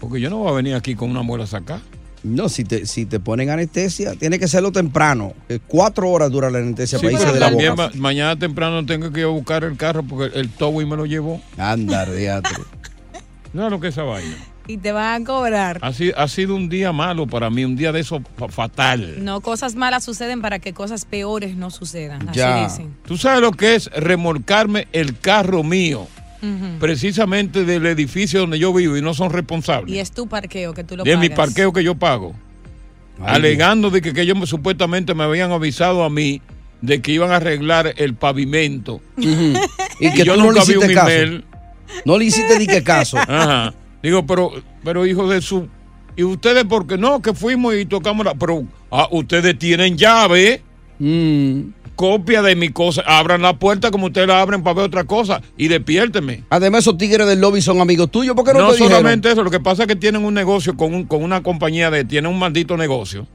S1: Porque yo no voy a venir aquí con una muela sacada.
S2: No, si te, si te ponen anestesia, tiene que serlo temprano. Eh, cuatro horas dura la anestesia
S1: Sí,
S2: para irse
S1: pero
S2: de la
S1: también
S2: boca.
S1: ma- mañana temprano tengo que ir a buscar el carro porque el y me lo llevó.
S2: Anda, teatro.
S1: No es lo que es esa vaina.
S2: pues-
S5: Y te van a cobrar.
S1: Ha sido, ha sido un día malo para mí, un día de eso fa- fatal.
S5: No, cosas malas suceden para que cosas peores no sucedan. Así dicen.
S1: Tú sabes lo que es remolcarme el carro mío,
S5: Ujú.
S1: precisamente del edificio donde yo vivo y no son responsables.
S5: Y es tu parqueo que tú lo
S1: De mi
S5: pagas.
S1: parqueo que yo pago. alegando de que, que ellos me- supuestamente me habían avisado a mí de que iban a arreglar el pavimento.
S2: Y que
S1: yo
S2: tú no le
S1: nunca vi un
S2: hiciste caso.
S1: email.
S2: No le hiciste ni que caso.
S1: Ajá. Digo, pero, pero hijo de su. ¿Y ustedes por qué no? Que fuimos y tocamos la. Pero ah, ustedes tienen llave.
S2: Mm.
S1: Copia de mi cosa. Abran la puerta como ustedes la abren para ver otra cosa. Y despiérteme.
S2: Además, esos tigres del lobby son amigos tuyos. ¿Por qué no,
S1: No
S2: te dijeron?
S1: solamente eso, lo que pasa es que tienen un negocio con, un- con una compañía de, tienen un maldito negocio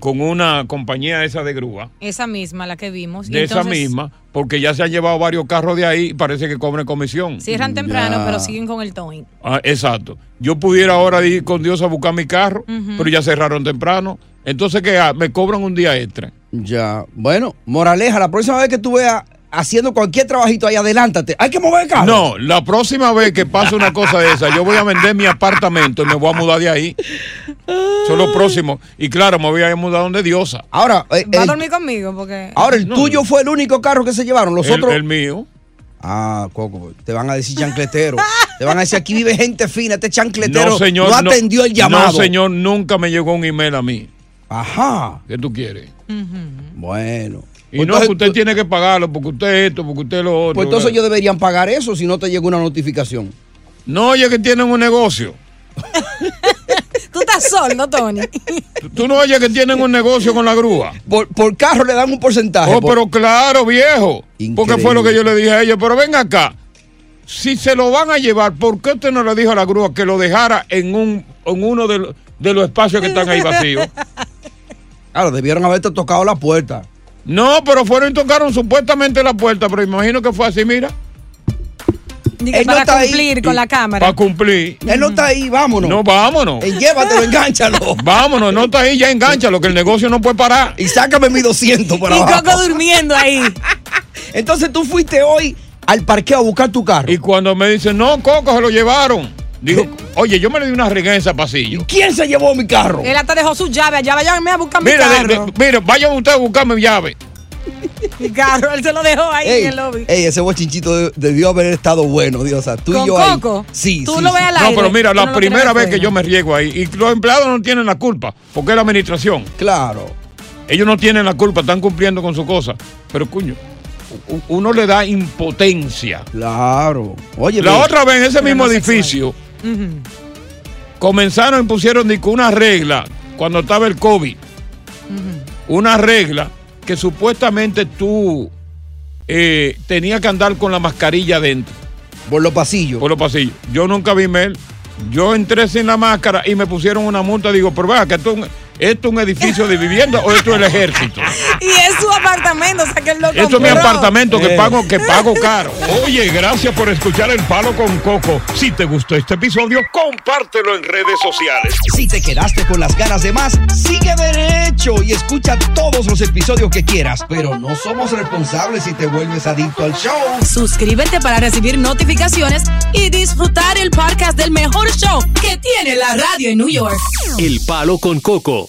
S1: con una compañía esa de grúa,
S5: Esa misma, la que vimos. Y
S1: de esa
S5: entonces,
S1: misma, porque ya se han llevado varios carros de ahí y parece que cobran comisión.
S2: Mm,
S5: Cierran temprano, pero siguen con el towing.
S1: Ah, exacto. Yo pudiera ahora ir con Dios a buscar mi carro,
S5: Ujú.
S1: pero ya cerraron temprano. Entonces, ¿qué? ha- Me cobran un día extra.
S2: Ya. Bueno, moraleja, la próxima vez que tú veas haciendo cualquier trabajito ahí, adelántate. Hay que mover el carro.
S1: No, la próxima vez que pase una cosa de esa, yo voy a vender mi apartamento y me voy a mudar de ahí. Eso es lo próximo. Y claro, me voy a mudar donde Diosa.
S2: Ahora, eh,
S5: Va a dormir conmigo porque.
S2: Ahora, el tuyo fue el único carro que se llevaron. Los
S1: El-
S2: otros.
S1: el mío.
S2: Ah, Coco, te van a decir chancletero. te van a decir, aquí vive gente fina, este chancletero no,
S1: no-
S2: atendió el llamado.
S1: No, señor, nunca me llegó un email a mí.
S2: Ajá.
S1: ¿Qué tú quieres?
S2: Bueno.
S1: Y no, que usted tiene que pagarlo porque usted esto, porque usted lo otro.
S2: Pues entonces
S1: ¿verdad?
S2: ellos deberían pagar eso si no te llegó una notificación.
S1: No, oye que tienen un negocio.
S5: Tú estás sordo, Tony.
S1: Tú no oyes que tienen un negocio con la grúa.
S2: Por, carro le dan un porcentaje.
S1: Oh,
S2: por-
S1: pero claro, viejo. Porque fue lo que yo le dije a ellos. Pero ven acá. Si se lo van a llevar, ¿por qué usted no le dijo a la grúa que lo dejara en, un, en uno de, los- de los espacios que están ahí vacíos?
S2: Claro, Ah, debieron haberte tocado la puerta.
S1: No, pero fueron y tocaron supuestamente la puerta, pero imagino que fue así, mira.
S5: Digo,
S2: Él no
S5: para
S2: está ahí.
S5: cumplir con la cámara.
S1: Para cumplir.
S2: Él no está ahí, vámonos. Eh,
S1: No, vámonos.
S2: llévatelo, engánchalo.
S1: Vámonos, no está ahí, ya engánchalo, que el negocio no puede parar.
S2: Y sácame mi 200 para
S5: Y Coco durmiendo ahí.
S2: Entonces tú fuiste hoy al parqueo a buscar tu carro.
S1: Y cuando me dicen, no, Coco, se lo llevaron. Digo, oye, yo me le di una reguera en ese pasillo.
S2: ¿Quién se llevó mi carro?
S5: Él hasta dejó su llave allá. Vayan a buscar mi
S1: Mira, de-
S5: carro.
S1: de- mira, vayan ustedes a buscar mi llave.
S5: Mi carro, él se lo dejó ahí
S2: Ey, eh.
S5: en el lobby.
S2: ey, ese bochinchito de- debió haber estado bueno, Dios. O sea, tú
S5: ¿Con
S2: y yo
S5: Coco?
S2: ahí. Sí,
S5: Tú
S2: sí,
S5: lo
S2: sí.
S5: ves al
S1: No, pero mira, la primera vez que yo me riego ahí, y los empleados no tienen la culpa, porque es la administración.
S2: Claro.
S1: Ellos no tienen la culpa, están cumpliendo con su cosa. Pero, cuño, u- uno le da impotencia.
S2: Claro. Oye,
S1: la
S2: pero-
S1: otra vez en ese
S2: Pero
S1: mismo
S2: no sexual.
S1: edificio comenzaron y pusieron dic, una regla cuando estaba el COVID. Una regla que supuestamente tú eh, tenías que andar con la mascarilla adentro.
S22: Por los pasillos.
S1: Por los pasillos. Yo nunca vi Mel. Yo entré sin la máscara y me pusieron una multa. Digo, pero vea, que esto, es un- esto es un edificio de vivienda o esto es el ejército.
S23: Y es su apartamento, o sea que él lo
S1: Esto es mi
S23: compró.
S1: apartamento
S22: Eh.
S2: Eh.
S1: que pago, que pago caro. Oye, gracias por escuchar El Palo con Coco. Si te gustó este episodio, compártelo en redes sociales.
S2: Si te quedaste con las ganas de más, sigue derecho y escucha todos los episodios que quieras. Pero no somos responsables si te vuelves adicto al show.
S7: Suscríbete para recibir notificaciones y disfrutar el podcast del mejor show que tiene la radio en New York.
S18: El Palo con Coco